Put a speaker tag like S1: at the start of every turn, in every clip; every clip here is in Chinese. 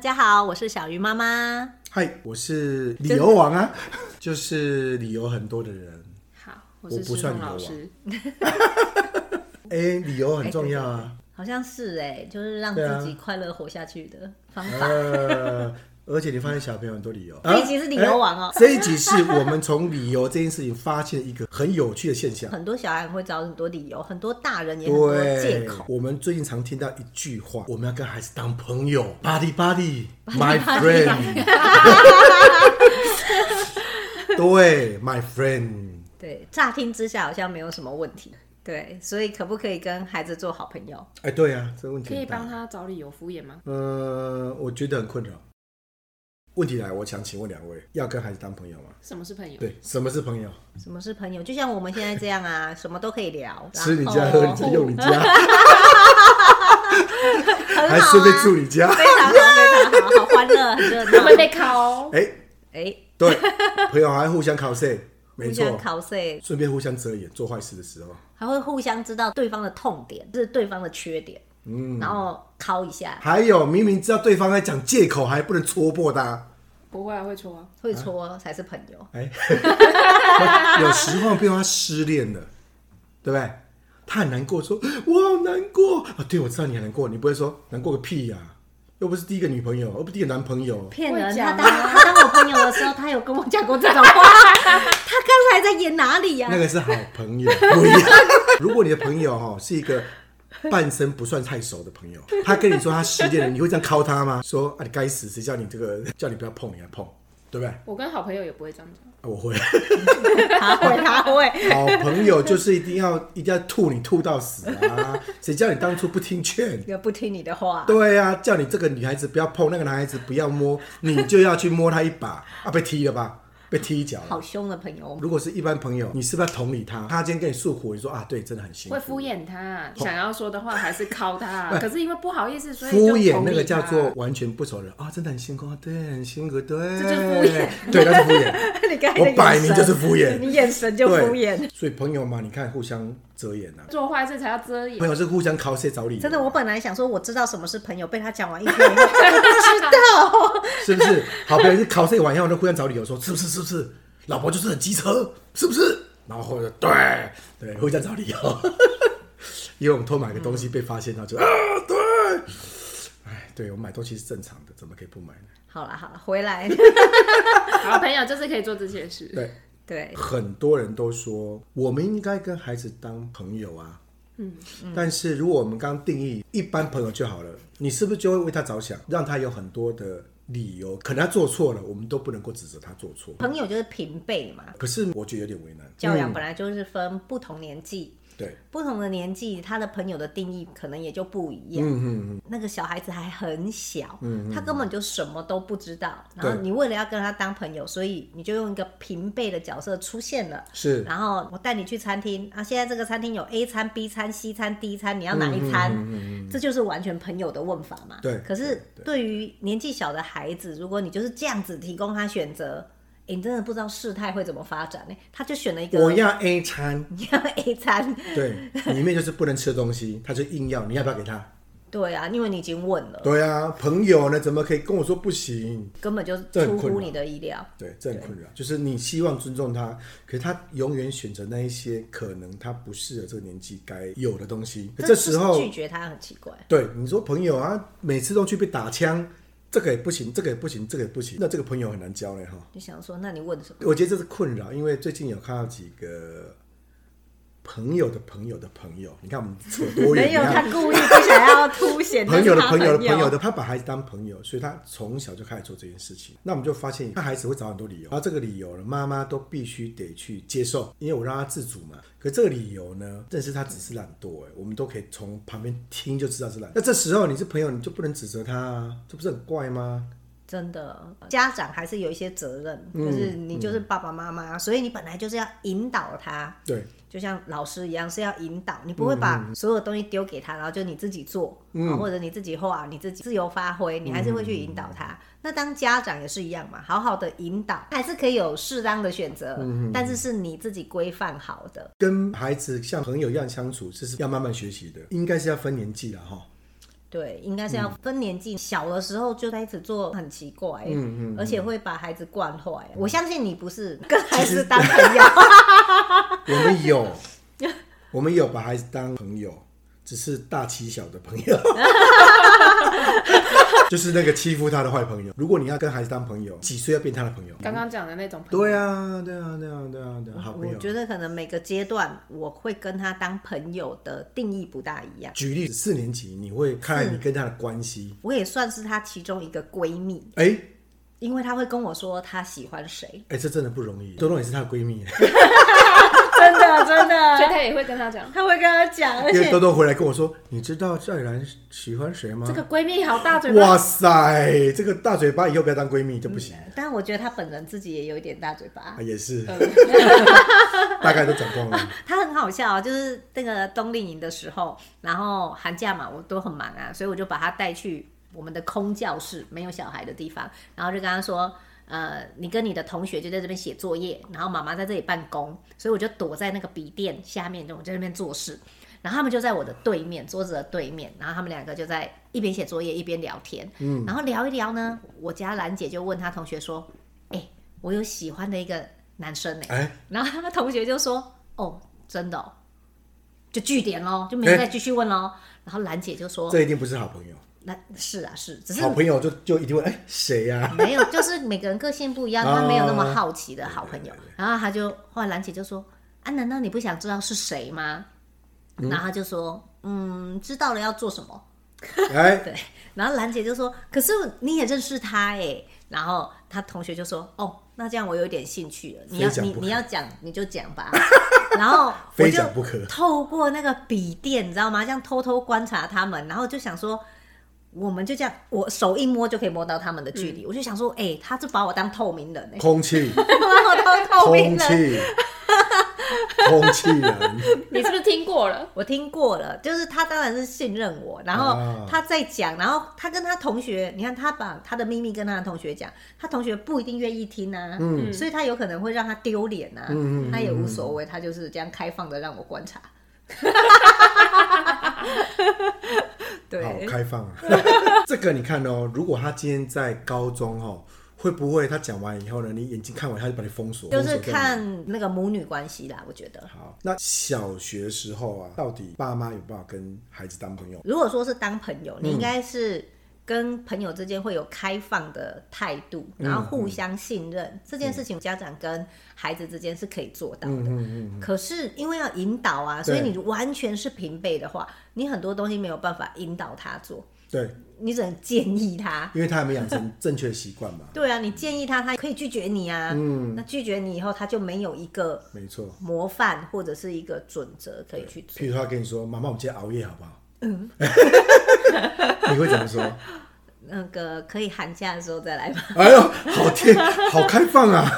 S1: 家好，我是小鱼妈妈。
S2: 嗨，我是理由王啊， 就是理由很多的人。
S1: 好，我
S2: 我
S1: 是
S2: 不
S1: 师
S2: 算
S1: 聪
S2: 女
S1: 老
S2: 王
S1: 师，
S2: 哎、理由很重要啊，
S1: 好像是哎、就是让
S2: 对啊
S1: 自己快乐活下去的方法。
S2: 呃，而且你发现小朋友很多理由。
S1: 这一集是理由王哦
S2: 啊哎这一集是我们从理由这件事情发现一个很有趣的现象。
S1: 很多小孩会找很多理由，很多大人也很多借
S2: 对
S1: 口，。
S2: 我们最近常听到一句话，我们要跟孩子当朋友，buddy buddy，my
S1: buddy
S2: friend。对，my friend，
S1: 对，乍听之下好像没有什么问题。对，所以可不可以跟孩子做好朋友？
S2: 哎，对啊，这个问题
S3: 可以
S2: 很大
S3: 帮他找理由敷衍吗？
S2: 呃，我觉得很困扰。问题来，我想请问两位，要跟孩子当朋友吗？
S3: 什么是朋友？
S2: 对，什么是朋友？
S1: 什么是朋友？就像我们现在这样啊， 什么都可以聊，
S2: 吃你
S1: 然
S2: 家，
S1: 后
S2: 喝你家， 用你家，
S1: 很好
S2: 还
S1: 啊，
S2: 顺便住你家。
S1: 非常好，非常好，好欢乐，很热
S3: 他
S1: 闹。
S3: 会被敲。哦
S2: 哎、
S1: 哎、
S2: 对，朋友还互相考试， 没
S1: 互
S2: 错
S1: 相，考试，
S2: 顺便互相遮掩，做坏事的时候，
S1: 还会互相知道对方的痛点，就是对方的缺点，嗯，然后敲一下，
S2: 还有明明知道对方在讲借口，还不能戳破他。
S3: 不会啊，会戳啊。
S1: 会戳才是朋友。
S2: 哎、有时候，比如他失恋了，对不对？他很难过，说：“我好难过啊！”对，我知道你很难过，你不会说难过个屁呀、又不是第一个女朋友，又不是第一个男朋友。
S1: 骗
S3: 会
S1: 人！他
S3: 讲啊
S1: 当他当我朋友的时候，他有跟我讲过这种话。他刚才在演哪里呀、
S2: 那个是好朋友，不一样。如果你的朋友哈、是一个半生不算太熟的朋友，他跟你说他失恋了，你会这样敲他吗？说啊，你该死，谁叫你这个叫你不要碰，你还碰，对不对？啊，
S3: 我跟好朋友也不会这样讲。
S2: 我会。
S1: 他会，他会。
S2: 好朋友就是一定要一定要吐你吐到死啊！谁叫你当初不听劝？
S1: 也不听你的话，
S2: 对呀、啊，叫你这个女孩子不要碰，那个男孩子不要 摸，你就要去摸他一把啊！被踢了吧？被踢一脚了。
S1: 好凶的朋友。
S2: 如果是一般朋友，你是不是要同理他？他今天跟你诉苦，你说啊，对，真的很辛苦。
S3: 会敷衍他，想要说的话还是敲他，可是因为不好意思，所以
S2: 敷
S3: 就
S2: 衍
S3: 同理
S2: 那个叫
S3: 他
S2: 做完全不熟人啊、真的很辛苦，对，很辛苦，对，
S3: 这就是敷衍，
S2: 对，那是敷 衍，
S1: 你刚才的
S2: 我
S3: 啊
S2: 摆
S1: 眼
S2: 明
S1: 神
S2: 就是敷衍，
S1: 你眼神就敷衍。
S2: 对。所以朋友嘛，你看互相遮掩啊，
S3: 做坏事才要遮掩
S2: 朋。友是互相 cos 找理由，
S1: 真的，我本来想说我知道什么是朋友，被他讲完一天以 后，我不知道。
S2: 是不是？好朋友是 cos 完以后，就互相找理由说，是不是？是不是？老婆就是很机车，是不是？然后或者对对，互相找理由，因为我们偷买个东西被发现，然后就啊，对，哎，对我买东西是正常的，怎么可以不买呢？
S1: 好了好了，回来。
S3: 好朋友就是可以做这些事，
S2: 对。
S1: 对，
S2: 很多人都说我们应该跟孩子当朋友啊。嗯，但是如果我们刚定义一般朋友就好了，你是不是就会为他着想，让他有很多的理由？可能他做错了，我们都不能够指责他做错。
S1: 朋友就是平辈嘛，
S2: 可是我觉得有点为难。
S1: 教养本来就是分不同年纪，
S2: 对，
S1: 不同的年纪，他的朋友的定义可能也就不一样。
S2: 嗯嗯嗯，嗯
S1: 那个小孩子还很小，他根本就什么都不知道。然
S2: 对
S1: 后你为了要跟他当朋友，所以你就用一个平辈的角色出现了。
S2: 是
S1: 然后我带你去餐厅啊，现在这个餐厅有 A 餐、B 餐、C 餐、D 餐，你要哪一
S2: 嗯
S1: 餐？这就是完全朋友的问法嘛。
S2: 对
S1: 可是对于年纪小的孩子，如果你就是这样子提供他选择，诶你真的不知道事态会怎么发展呢、他就选了一个
S2: 我要 A 餐，
S1: 你要 A 餐，
S2: 对，里面就是不能吃的东西，他就硬要，你要不要给他？
S1: 对啊，因为你已经问了，
S2: 对啊，朋友呢怎么可以跟我说不行？
S1: 根本就
S2: 这很
S1: 出
S2: 困
S1: 乎
S2: 扰
S1: 你的意料。
S2: 对，这很困扰。就是你希望尊重他，可是他永远选择那一些可能他不适合这个年纪该有的东西。可这时
S1: 就是
S2: 候
S1: 拒，绝他很奇怪。
S2: 对你说朋友啊，每次都去被打枪，这个也不行，这个也不行，这个也不行，那这个朋友很难交嘞哈。
S1: 就想说，那你问什么？
S2: 我觉得这是困扰，因为最近有看到几个朋友的朋友的朋友，你看我们扯多远？
S1: 没有，
S2: 你
S1: 他
S2: 看
S1: 故意不想要凸显
S2: 朋友的
S1: 他
S2: 朋
S1: 朋
S2: 友的朋友的，他把孩子当朋友，所以他从小就开始做这件事情。那我们就发现，他孩子会找很多理由，然后这个理由呢，妈妈都必须得去接受，因为我让他自主嘛。可这个理由呢，正是他只是懒惰，哎，我们都可以从旁边听就知道是懒。那这时候你是朋友，你就不能指责他啊，这不是很怪吗？
S1: 真的，家长还是有一些责任，
S2: 嗯
S1: 就是你就是爸爸妈妈，所以你本来就是要引导他，
S2: 对，
S1: 就像老师一样是要引导，你不会把所有东西丢给他，然后就你自己做，啊或者你自己画，你自己自由发挥，你还是会去引导他。那当家长也是一样嘛，好好的引导，还是可以有适当的选择，但是是你自己规范好的。
S2: 跟孩子像朋友一样相处，这是要慢慢学习的，应该是要分年纪了哈。
S1: 对，应该是要分年纪，小的时候就开始做很奇怪，嗯嗯，而且会把孩子惯坏。我相信你不是跟孩子当 朋友，
S2: 我们有，我们有把孩子当朋友，只是大欺小的朋友。 就是那个欺负他的坏朋友。如果你要跟孩子当朋友，几岁要变他的朋友？
S3: 刚刚讲的那种朋友，
S2: 对啊，对啊，对啊，对啊，对啊，好朋
S1: 我
S2: 友。
S1: 觉得可能每个阶段我会跟他当朋友的定义不大一样。
S2: 举例，四年级你会看你跟他的关系，
S1: 我也算是她其中一个闺蜜，
S2: 哎、
S1: 因为她会跟我说她喜欢谁，
S2: 哎、这真的不容易。多多也是她的闺蜜，
S1: 真的真的
S3: 所以他也会跟他
S2: 啊
S3: 讲，
S1: 她会跟她讲， 而
S2: 因为
S1: 且
S2: 多多回来跟我说：“你知道赵然喜欢谁吗
S3: 这？”个闺蜜好大嘴
S2: 哇
S3: 巴，
S2: 塞，这个大嘴巴以后不要当闺蜜就不行、
S1: 但我觉得她本人自己也有一点大嘴巴
S2: 啊，。也是，大概都讲光 了。
S1: 她很好笑、哦，就是那个冬令营的时候，然后寒假嘛，我都很忙啊，所以我就把她带去我们的空教室，没有小孩的地方，然后就跟她说。呃，你跟你的同学就在这边写作业，然后妈妈在这里办公，所以我就躲在那个笔垫下面，我在那边做事。然后他们就在我的对面，桌子的对面，然后他们两个就在一边写作业一边聊天。嗯，然后聊一聊呢，我家兰姐就问她同学说：“哎、我有喜欢的一个男生欸呢、
S2: 哎、
S1: 然后他同学就说：“哦，真的、哦，就据点喽，就没有再继续问喽。然后兰姐就说
S2: 这一定不是好朋友，：“
S1: 那是啊，是，只是
S2: 好朋友就就一定会哎谁呀？
S1: 没有，就是每个人个性 不一样，
S2: 啊
S1: 他没有那么好奇的好朋
S2: 哦
S1: 友。然后他就后来兰姐就说：“啊，难道你不想知道是谁吗？”然后他就说：“嗯，知道了要做什么？”
S2: 哎、
S1: 对，然后兰姐就说：“可是你也认识他哎。”然后他同学就说：“哦，那这样我有点兴趣了，你要
S2: 非讲
S1: 你
S2: 不可
S1: 你要讲你就讲吧。”然后 我
S2: 非
S1: 就
S2: 讲不可
S1: 透过那个笔电，你知道吗？这样偷偷观察他们，然后就想说。我们就这样，我手一摸就可以摸到他们的距离，我就想说，哎、他就把我当透明 人、欸，
S2: 空气，
S1: 把我当透明
S2: 空
S1: 人。
S2: 气，空气人，
S3: 你是不是听过了？
S1: 我听过了，就是他当然是信任我，然后
S2: 啊
S1: 他在讲，然后他跟他同学，你看他把他的秘密跟他的同学讲，他同学不一定愿意听啊，
S2: 嗯
S1: 所以他有可能会让他丢脸啊，
S2: 嗯嗯嗯
S1: 他也无所谓，他就是这样开放的让我观 察。
S2: 好
S1: 对，
S2: 开放啊！ 这个你看哦，如果他今天在高中哦，会不会他讲完以后呢，你眼睛看完他就把你封锁？
S1: 就是
S2: 封锁掉你
S1: 看那个母女关系啦，我觉得。
S2: 好。那小学时候啊，到底爸妈有办法跟孩子当朋友？
S1: 如果说是当朋友，你应该是跟朋友之间会有开放的态度，然后互相信任、这件事情，家长跟孩子之间是可以做到
S2: 嗯
S1: 的。可是因为要引导啊，所以你完全是平辈的话，你很多东西没有办法引导他做，
S2: 对，
S1: 你只能建议他。
S2: 因为他还没养成正确的习惯嘛。
S1: 对啊，你建议他，他可以拒绝你啊。那拒绝你以后，他就没有一个
S2: 没错。
S1: 模范或者是一个准则可以去做。
S2: 譬如说他跟你说：“妈妈，我们今天熬夜好不好？”嗯， 你会怎么说？
S1: 那个可以寒假的时候再来吧。
S2: 哎呦，好天，好开放 啊！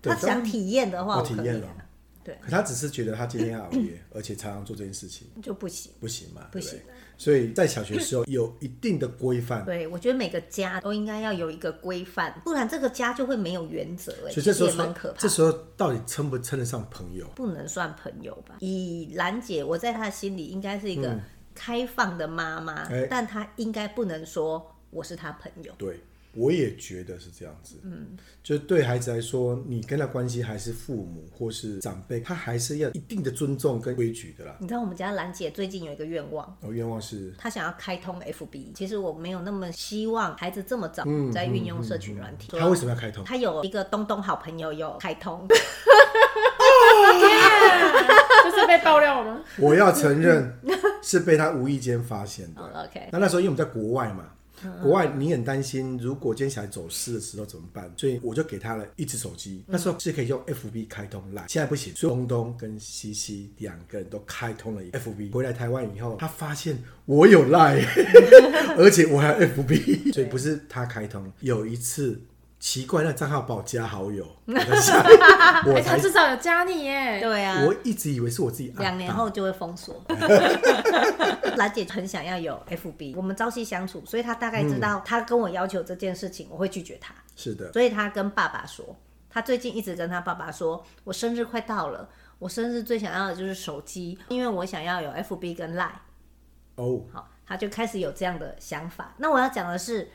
S2: 对
S1: 他想体验的话，
S2: 我
S1: 可
S2: 体
S1: 以
S2: 验
S1: 啊
S2: 了。
S1: 对
S2: 可他只是觉得他今天要熬夜， 而且常常做这件事情，
S1: 就不行。
S2: 不行嘛，
S1: 不
S2: 对不
S1: 行
S2: 对？所以在小学时候有一定的规范，
S1: 对，我觉得每个家都应该要有一个规范，不然这个家就会没有原则、哎，
S2: 所以这时候
S1: 其实也蛮可
S2: 说，
S1: 怕
S2: 这
S1: 的。
S2: 时候到底称不称得上朋友？
S1: 不能算朋友吧？以兰姐，我在她的心里应该是一个开放的妈妈，
S2: 嗯哎
S1: 但她应该不能说我是她朋友。
S2: 对，我也觉得是这样子。嗯，就是对孩子来说，你跟他关系还是父母或是长辈，他还是要一定的尊重跟规矩的啦。
S1: 你知道我们家兰姐最近有一个愿望，
S2: 我愿望是
S1: 她想要开通 FB。其实我没有那么希望孩子这么早
S2: 嗯
S1: 在运用社群软体。
S2: 他为什么要开通？
S1: 她有一个东东好朋友有开 通，
S3: 这是被爆料了吗？
S2: 我要承认是被他无意间发现的。
S1: 哦，OK
S2: 那那时候因为我们在国外嘛，
S1: 嗯
S2: 国外你很担心，如果今天小孩走失的时候怎么办？所以我就给他了一只手机，那
S1: 嗯
S2: 时候是可以用 FB 开通啦，现在不行。所以东东跟西西两个人都开通了 FB。回来台湾以后，他发现我有 Line，而且我还有 FB，所以不是他开通。有一次。奇怪，那账号把我加 好友，我在想我
S3: 哎，他
S2: 才
S3: 至少有加你耶，
S1: 对啊，
S2: 我一直以为是我自己啊按
S1: 两年
S2: 到
S1: 后就会封锁。 兰姐很想要有 FB，我们朝夕相处，所以她大概知道她跟我要求这件事情，我会拒绝她，
S2: 是的，
S1: 所以她跟爸爸说，她最近一直跟她爸爸说，我生日快到了，我生日最想要的就是手机，因为我想要有 FB 跟 Line。
S2: 哦，
S1: 好，他就开始有这样的想法。那我要讲的是，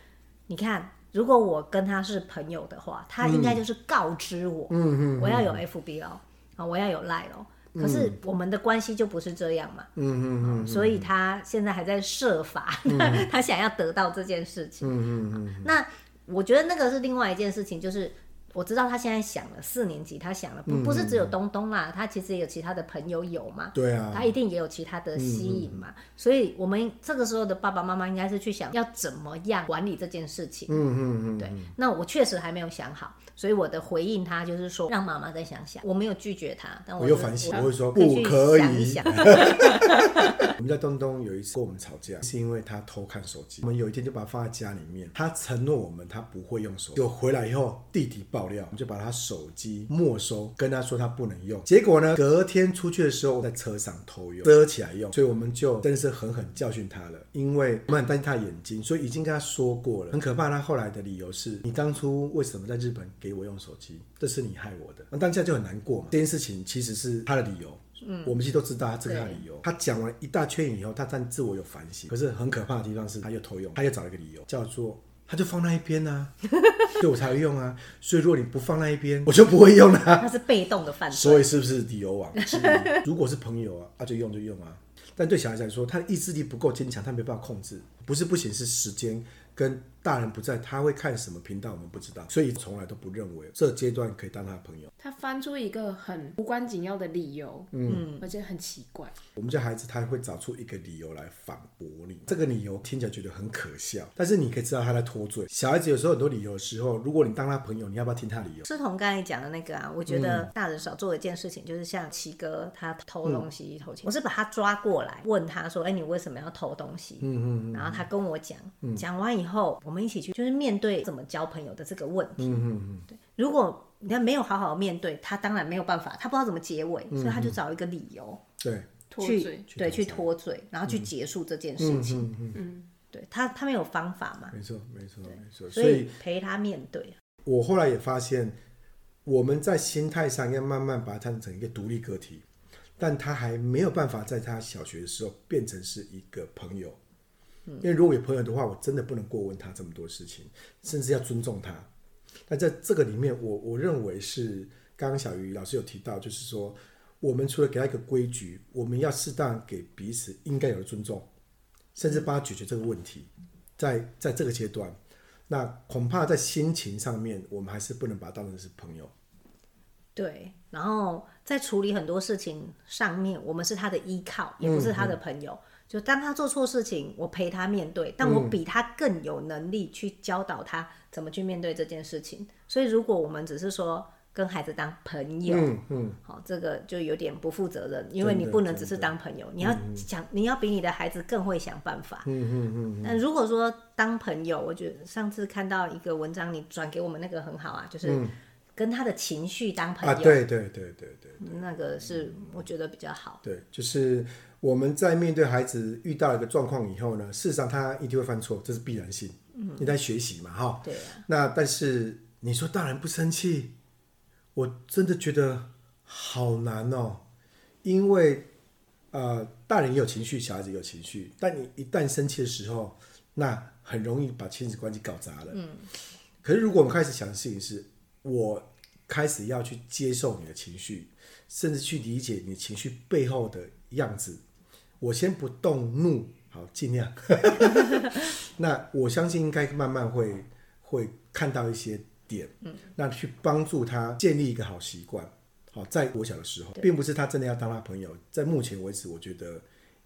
S1: 你看，如果我跟他是朋友的话，他应该就是告知我，
S2: 嗯嗯
S1: 我要有 FB 哦，啊，我要有 Line 哦。可是我们的关系就不是这样嘛，
S2: 嗯嗯嗯
S1: 所以他现在还在设法， 他想要得到这件事情。
S2: 嗯嗯
S1: 那我觉得那个是另外一件事情，就是我知道他现在想了四年级，他想了不不是只有东东啦，他其实也有其他的朋友有嘛
S2: 嗯，，对啊，
S1: 他一定也有其他的吸
S2: 嗯
S1: 引嘛，所以我们这个时候的爸爸妈妈应该是去想要怎么样管理这件事情。
S2: 嗯嗯嗯，
S1: 对，那我确实还没有想好，所以我的回应他就是说，让妈妈再想想。我没有拒绝他，但我
S2: 我又
S1: 是
S2: 反
S1: 哦
S2: 省，
S1: 我
S2: 我会说
S1: 可以
S2: 不
S1: 去
S2: 可
S1: 想一
S2: 以
S1: 想。
S2: 我们家东东有一次跟我们吵架，是因为他偷看手机。我们有一天就把他放在家里面，他承诺我们他不会用手机。结果回来以后，弟弟爆料，我们就把他手机没收，跟他说他不能用。结果呢，隔天出去的时候在车上偷用，遮起来用，所以我们就真的是狠狠教训他了，因为我们很担心他的眼睛，所以已经跟他说过了。很可怕，他后来的理由是你当初为什么在日本给我用手机？这是你害我的。那当下就很难过嘛。这件事情其实是他的理由。嗯，我们其实都知道他这个他的理由。他讲完一大圈以后，他但自我有反省。可是很可怕的地方是，他又偷用，他又找了一个理由，叫做他就放那一边啊， 所以我才会用啊。所以如果你不放那一边，我就不会用啦、啊
S1: 他是被动的犯
S2: 所
S1: 罪，
S2: 以是不是理由网之一？ 如果是朋友啊，啊就用就用啊。但对小孩子来说，他的意志力不够坚强，他没办法控制。不是不行，是时间跟大人不在，他会看什么频道我们不知道，所以从来都不认为这阶段可以当他的朋友。
S3: 他翻出一个很无关紧要的理由，嗯，而且很奇怪，
S2: 我们家孩子他会找出一个理由来反驳你，这个理由听起来觉得很可笑，但是你可以知道他在脱罪。小孩子有时候很多理由的时候，如果你当他朋友，你要不要听他理由？
S1: 师彤刚才讲的那个啊，我觉得
S2: 嗯
S1: 大人少做一件事情，就是像七哥他偷东西、偷钱，我是把他抓过来，问他说：“哎、你为什么要偷东西？”嗯嗯然后他跟我讲，
S2: 嗯
S1: 讲、完以后，我们一起去，就是面对怎么交朋友的这个问题。嗯嗯对，如果你看没有好好面对，他当然没有办法，他不知道怎么结尾，
S2: 嗯
S1: 所以他就找一个理由
S2: 对，
S3: 脱
S1: 去
S3: 罪。
S1: 对
S2: 去
S1: 去
S2: 脱
S1: 脱罪，然后去结束这件事情。
S2: 嗯嗯，
S1: 对他，他没有方法嘛，
S2: 没错没错没错。
S1: 所以陪他面对。
S2: 我后来也发现，我们在心态上要慢慢把它当成一个独立个体，但他还没有办法在他小学的时候变成是一个朋友。因为如果有朋友的话，我真的不能过问他这么多事情，甚至要尊重他。但在这个里面，我我认为是刚刚小鱼老师有提到，就是说，我们除了给他一个规矩，我们要适当给彼此应该有的尊重，甚至帮他解决这个问题。在在这个阶段，那恐怕在心情上面，我们还是不能把它当成是朋友。
S1: 对，然后在处理很多事情上面，我们是他的依靠，也不是他的朋友。就当他做错事情，我陪他面对，但我比他更有能力去教导他怎么去面对这件事情。所以，如果我们只是说跟孩子当朋友，
S2: 嗯嗯，
S1: 好、这个就有点不负责任，因为
S2: 真
S1: 你
S2: 的
S1: 不能
S2: 真
S1: 只是
S2: 的嗯
S1: 当朋友，你要想，你要比你的孩子更会想办法。嗯嗯嗯。但如果说当朋友，我觉得上次看到一个文章，你转给我们那个很好啊，就是跟他的情绪当朋
S2: 嗯啊，
S1: 友，
S2: 对对对对对
S1: 那个是我觉得比较好。
S2: 对，就是我们在面对孩子遇到一个状况以后呢，事实上他一定会犯错，这是必然性。嗯，你在学习嘛，哈。
S1: 对
S2: 那但是你说大人不生气，我真的觉得好难哦，因为呃，大人也有情绪，小孩子也有情绪，但你一旦生气的时候，那很容易把亲子关系搞砸了。嗯，可是如果我们开始想的事情是，我开始要去接受你的情绪，甚至去理解你情绪背后的样子，我先不动怒，好，尽量。那我相信应该慢慢会会看到一些点，嗯，那去帮助他建立一个好习惯。好，在我小的时候，并不是他真的要当他朋友，在目前为止，我觉得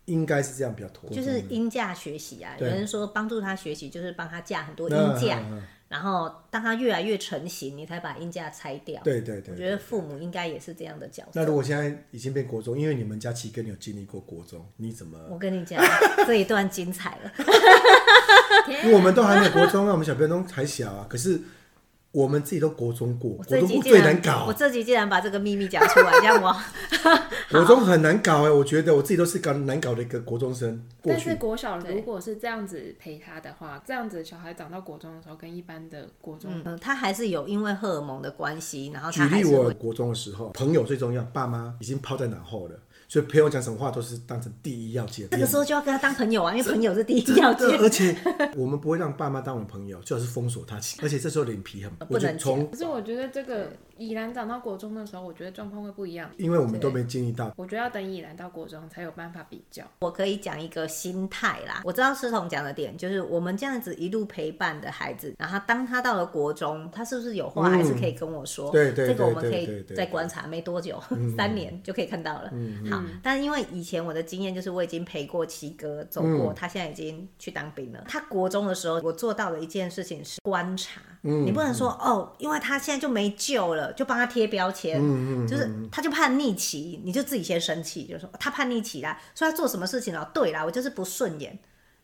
S2: 应该是这样比较妥当。
S1: 就是音架学习啊，有
S2: 对
S1: 人说帮助他学习就是帮他架很多
S2: 那
S1: 音架，
S2: 嗯嗯
S1: 然后当他越来越成型，你才把音架拆掉。
S2: 对对对
S1: 我觉得父母应该也是这样的角色。
S2: 那如果现在已经变国中，因为你们家奇哥你有经历过国中，你怎么？
S1: 我跟你讲，这一段精彩了。
S2: 因为我们都还没有国中啊，我们小朋友都还小啊。可是我们自己都国中过，
S1: 我
S2: 国
S1: 这
S2: 中
S1: 集
S2: 部
S1: 竟
S2: 最
S1: 然
S2: 难搞
S1: 我，这集竟然把这个秘密讲出来，这样我
S2: 国中很难搞哎、我觉得我自己都是搞难搞的一个国中生过
S3: 但是
S2: 去。
S3: 国小
S1: 对
S3: 如果是这样子陪他的话，这样子小孩长到国中的时候，跟一般的国中
S1: 嗯，他还是有因为荷尔蒙的关系，然后
S2: 举
S1: 他还
S2: 例，
S1: 是
S2: 我
S1: 会
S2: 国中的时候，朋友最重要，爸妈已经抛在脑后了。所以朋友讲什么话都是当成第一要件。
S1: 这个时候就要跟他当朋友啊，因为朋友是第一要件
S2: 对，。而且我们不会让爸妈当我们朋友，最好是封锁他。而且这时候脸皮很，
S1: 呃不
S2: 我觉
S1: 能
S2: 得从
S3: 可是我觉得这个以兰长到国中的时候，我觉得状况会不一样。
S2: 因为我们都没经历到，
S3: 我觉得要等以兰到国中才有办法比较。
S1: 我可以讲一个心态啦。我知道思彤讲的点，就是我们这样子一路陪伴的孩子，然后当他到了国中，他是不是有话
S2: 嗯
S1: 还是可以跟我说？
S2: 对对
S1: 这个我们
S2: 对
S1: 可
S2: 对
S1: 以
S2: 对对
S1: 再观察，没多久，三年就可以看到了。好，但因为以前我的经验就是我已经陪过七哥走过，他现在已经去当兵了。他国中的时候，我做到了一件事情是观察，你不能说哦，因为他现在就没救了，就帮他贴标签。就是
S2: 嗯
S1: 他就叛逆期，你就自己先生气，就说他叛逆期啦，说他做什么事情了，对啦，我就是不顺眼，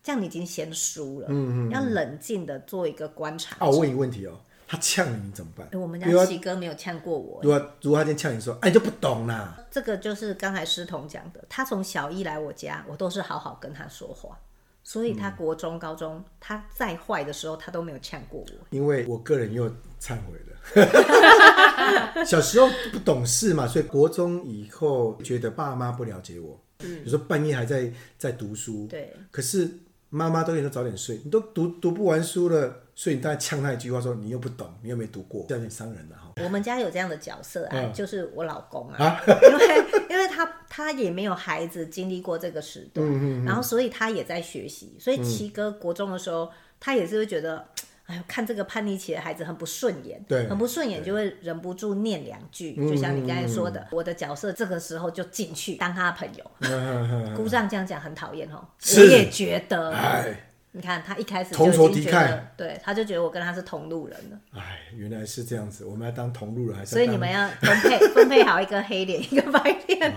S1: 这样你已经先输了，
S2: 嗯
S1: 要冷静的做一个观察。
S2: 啊，我问一个问题哦，他呛你你怎么办？
S1: 哎我们
S2: 如
S1: 家
S2: 果他
S1: 奇哥没有呛过我，
S2: 如果如果他今天呛你说，哎，你就不懂啦，
S1: 这个就是刚才师彤讲的，他从小一来我家，我都是好好跟他说话，所以他
S2: 嗯
S1: 国中、高中他再坏的时候，他都没有呛过我。
S2: 因为我个人又忏悔 了。小时候不懂事嘛，所以国中以后觉得爸妈不了解我，有时候半夜还在在读书，
S1: 嗯对，
S2: 可是妈妈都跟你说早点睡，你都读读不完书了，所以你大概呛他一句话说你又不懂，你又没读过，这样有点伤人了哈。
S1: 我们家有这样的角色啊，
S2: 嗯
S1: 就是我老公啊， 因为因为他他也没有孩子经历过这个时段，
S2: 嗯
S1: 然后所以他也在学习，所以奇哥国中的时候，他也是会觉得。哎呦，看这个叛逆期的孩子很不顺眼，
S2: 对嗯
S1: 很不顺眼，就会忍不住念两句，就像你刚才说的，我的角色这个时候就进去当他的朋
S2: 嗯
S1: 友， 姑丈这样讲很讨厌哦，我
S2: 是
S1: 也觉得，
S2: 哎
S1: 你看他一开始就
S2: 同仇
S1: 已经
S2: 敌
S1: 觉得
S2: 忾，
S1: 对，他就觉得我跟他是同路人了。
S2: 哎，原来是这样子，我们要当同路人还是
S1: 所
S2: 要
S1: 以
S2: 当？
S1: 你们要分配分配好一个黑脸一个白脸，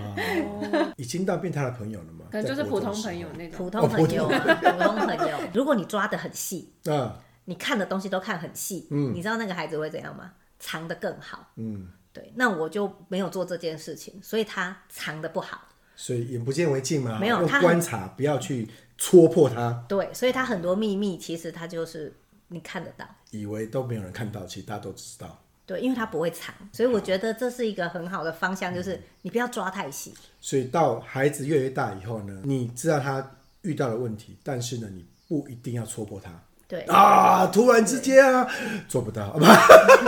S2: 已经到变态的朋友了吗？
S3: 可能就
S2: 在
S3: 是普
S2: 国中
S3: 通
S2: 的时候
S3: 朋友那种
S1: 普。通朋友啊，普通朋友。如果你抓得很细，
S2: 啊，
S1: 你看的东西都看很细，你知道那个孩子会怎样吗？藏得更好。
S2: 嗯，
S1: 对，那我就没有做这件事情，所以他藏得不好。
S2: 所以眼不见为净嘛，
S1: 没有
S2: 用
S1: 他很
S2: 观察，不要去戳破他。
S1: 对，所以他很多秘密其实他就是你看得到。
S2: 以为都没有人看到，其实大家都知道。
S1: 对，因为他不会藏，所以我觉得这是一个很好的方向，就是你不要抓太细。
S2: 所以到孩子越来越大以后呢，你知道他遇到了问题，但是呢，你不一定要戳破他
S1: 对，
S2: 啊！突然之间啊，做不到， 啊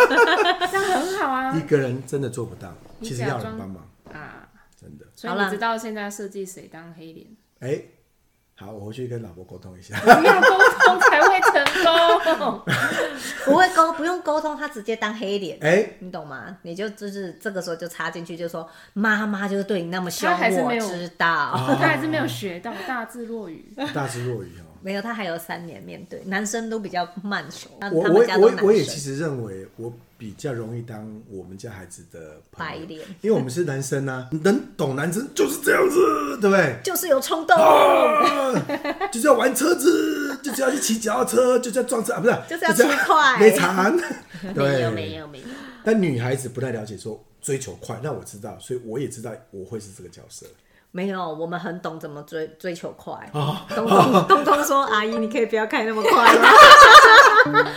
S3: 这样很好
S2: 不
S3: 啊
S2: 一个人真的做不到，
S3: 你
S2: 其
S3: 假
S2: 实要人
S3: 装
S2: 帮忙，
S3: 啊！
S2: 真的。
S3: 所以
S1: 好啦
S3: 你知道现在设计谁当黑脸？
S2: 哎、好，我回去跟老婆沟通 一下。
S3: 不要沟通才会成
S2: 哦
S3: 功。
S1: 不会沟不用沟通，他直接当黑脸。
S2: 哎、
S1: 你懂吗？你就就是这个时候就插进去，就说妈妈就是啊对你那么凶，
S3: 他还是没
S1: 我
S3: 有
S1: 知道。
S3: 他还是没有学到大智若愚。
S2: 大智若愚哦。
S1: 没有，他还有三年面对，男生都比较慢熟，那
S2: 我
S1: 他
S2: 我
S1: 们
S2: 也
S1: 家都
S2: 我
S1: 男
S2: 也
S1: 生
S2: 我也其实认为我比较容易当我们家孩子的朋
S1: 白
S2: 友，
S1: 脸，
S2: 因为我们是男生啊，能懂男生就是这样子，对不对？
S1: 就是有冲动，
S2: 啊，就是要玩车子，就是要去骑脚踏车，就是要撞车啊，不是，
S1: 就是要骑快
S2: 没长，
S1: 没
S2: 对，
S1: 有没。有没有，
S2: 但女孩子不太了解说追求快，那我知道，所以我也知道我会是这个角色。
S1: 没有，我们很懂怎么追追求快。
S2: 啊哦
S1: 东东东东说：“阿姨，你可以不要开那么快 吗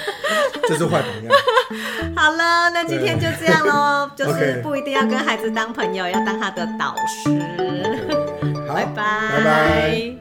S2: 这是坏 榜样。？”
S1: 好了，那今天就这样喽，就
S2: OK
S1: 是不一定要跟孩子当朋友，要当他的导师。
S2: 对好，
S1: 拜拜
S2: 拜拜。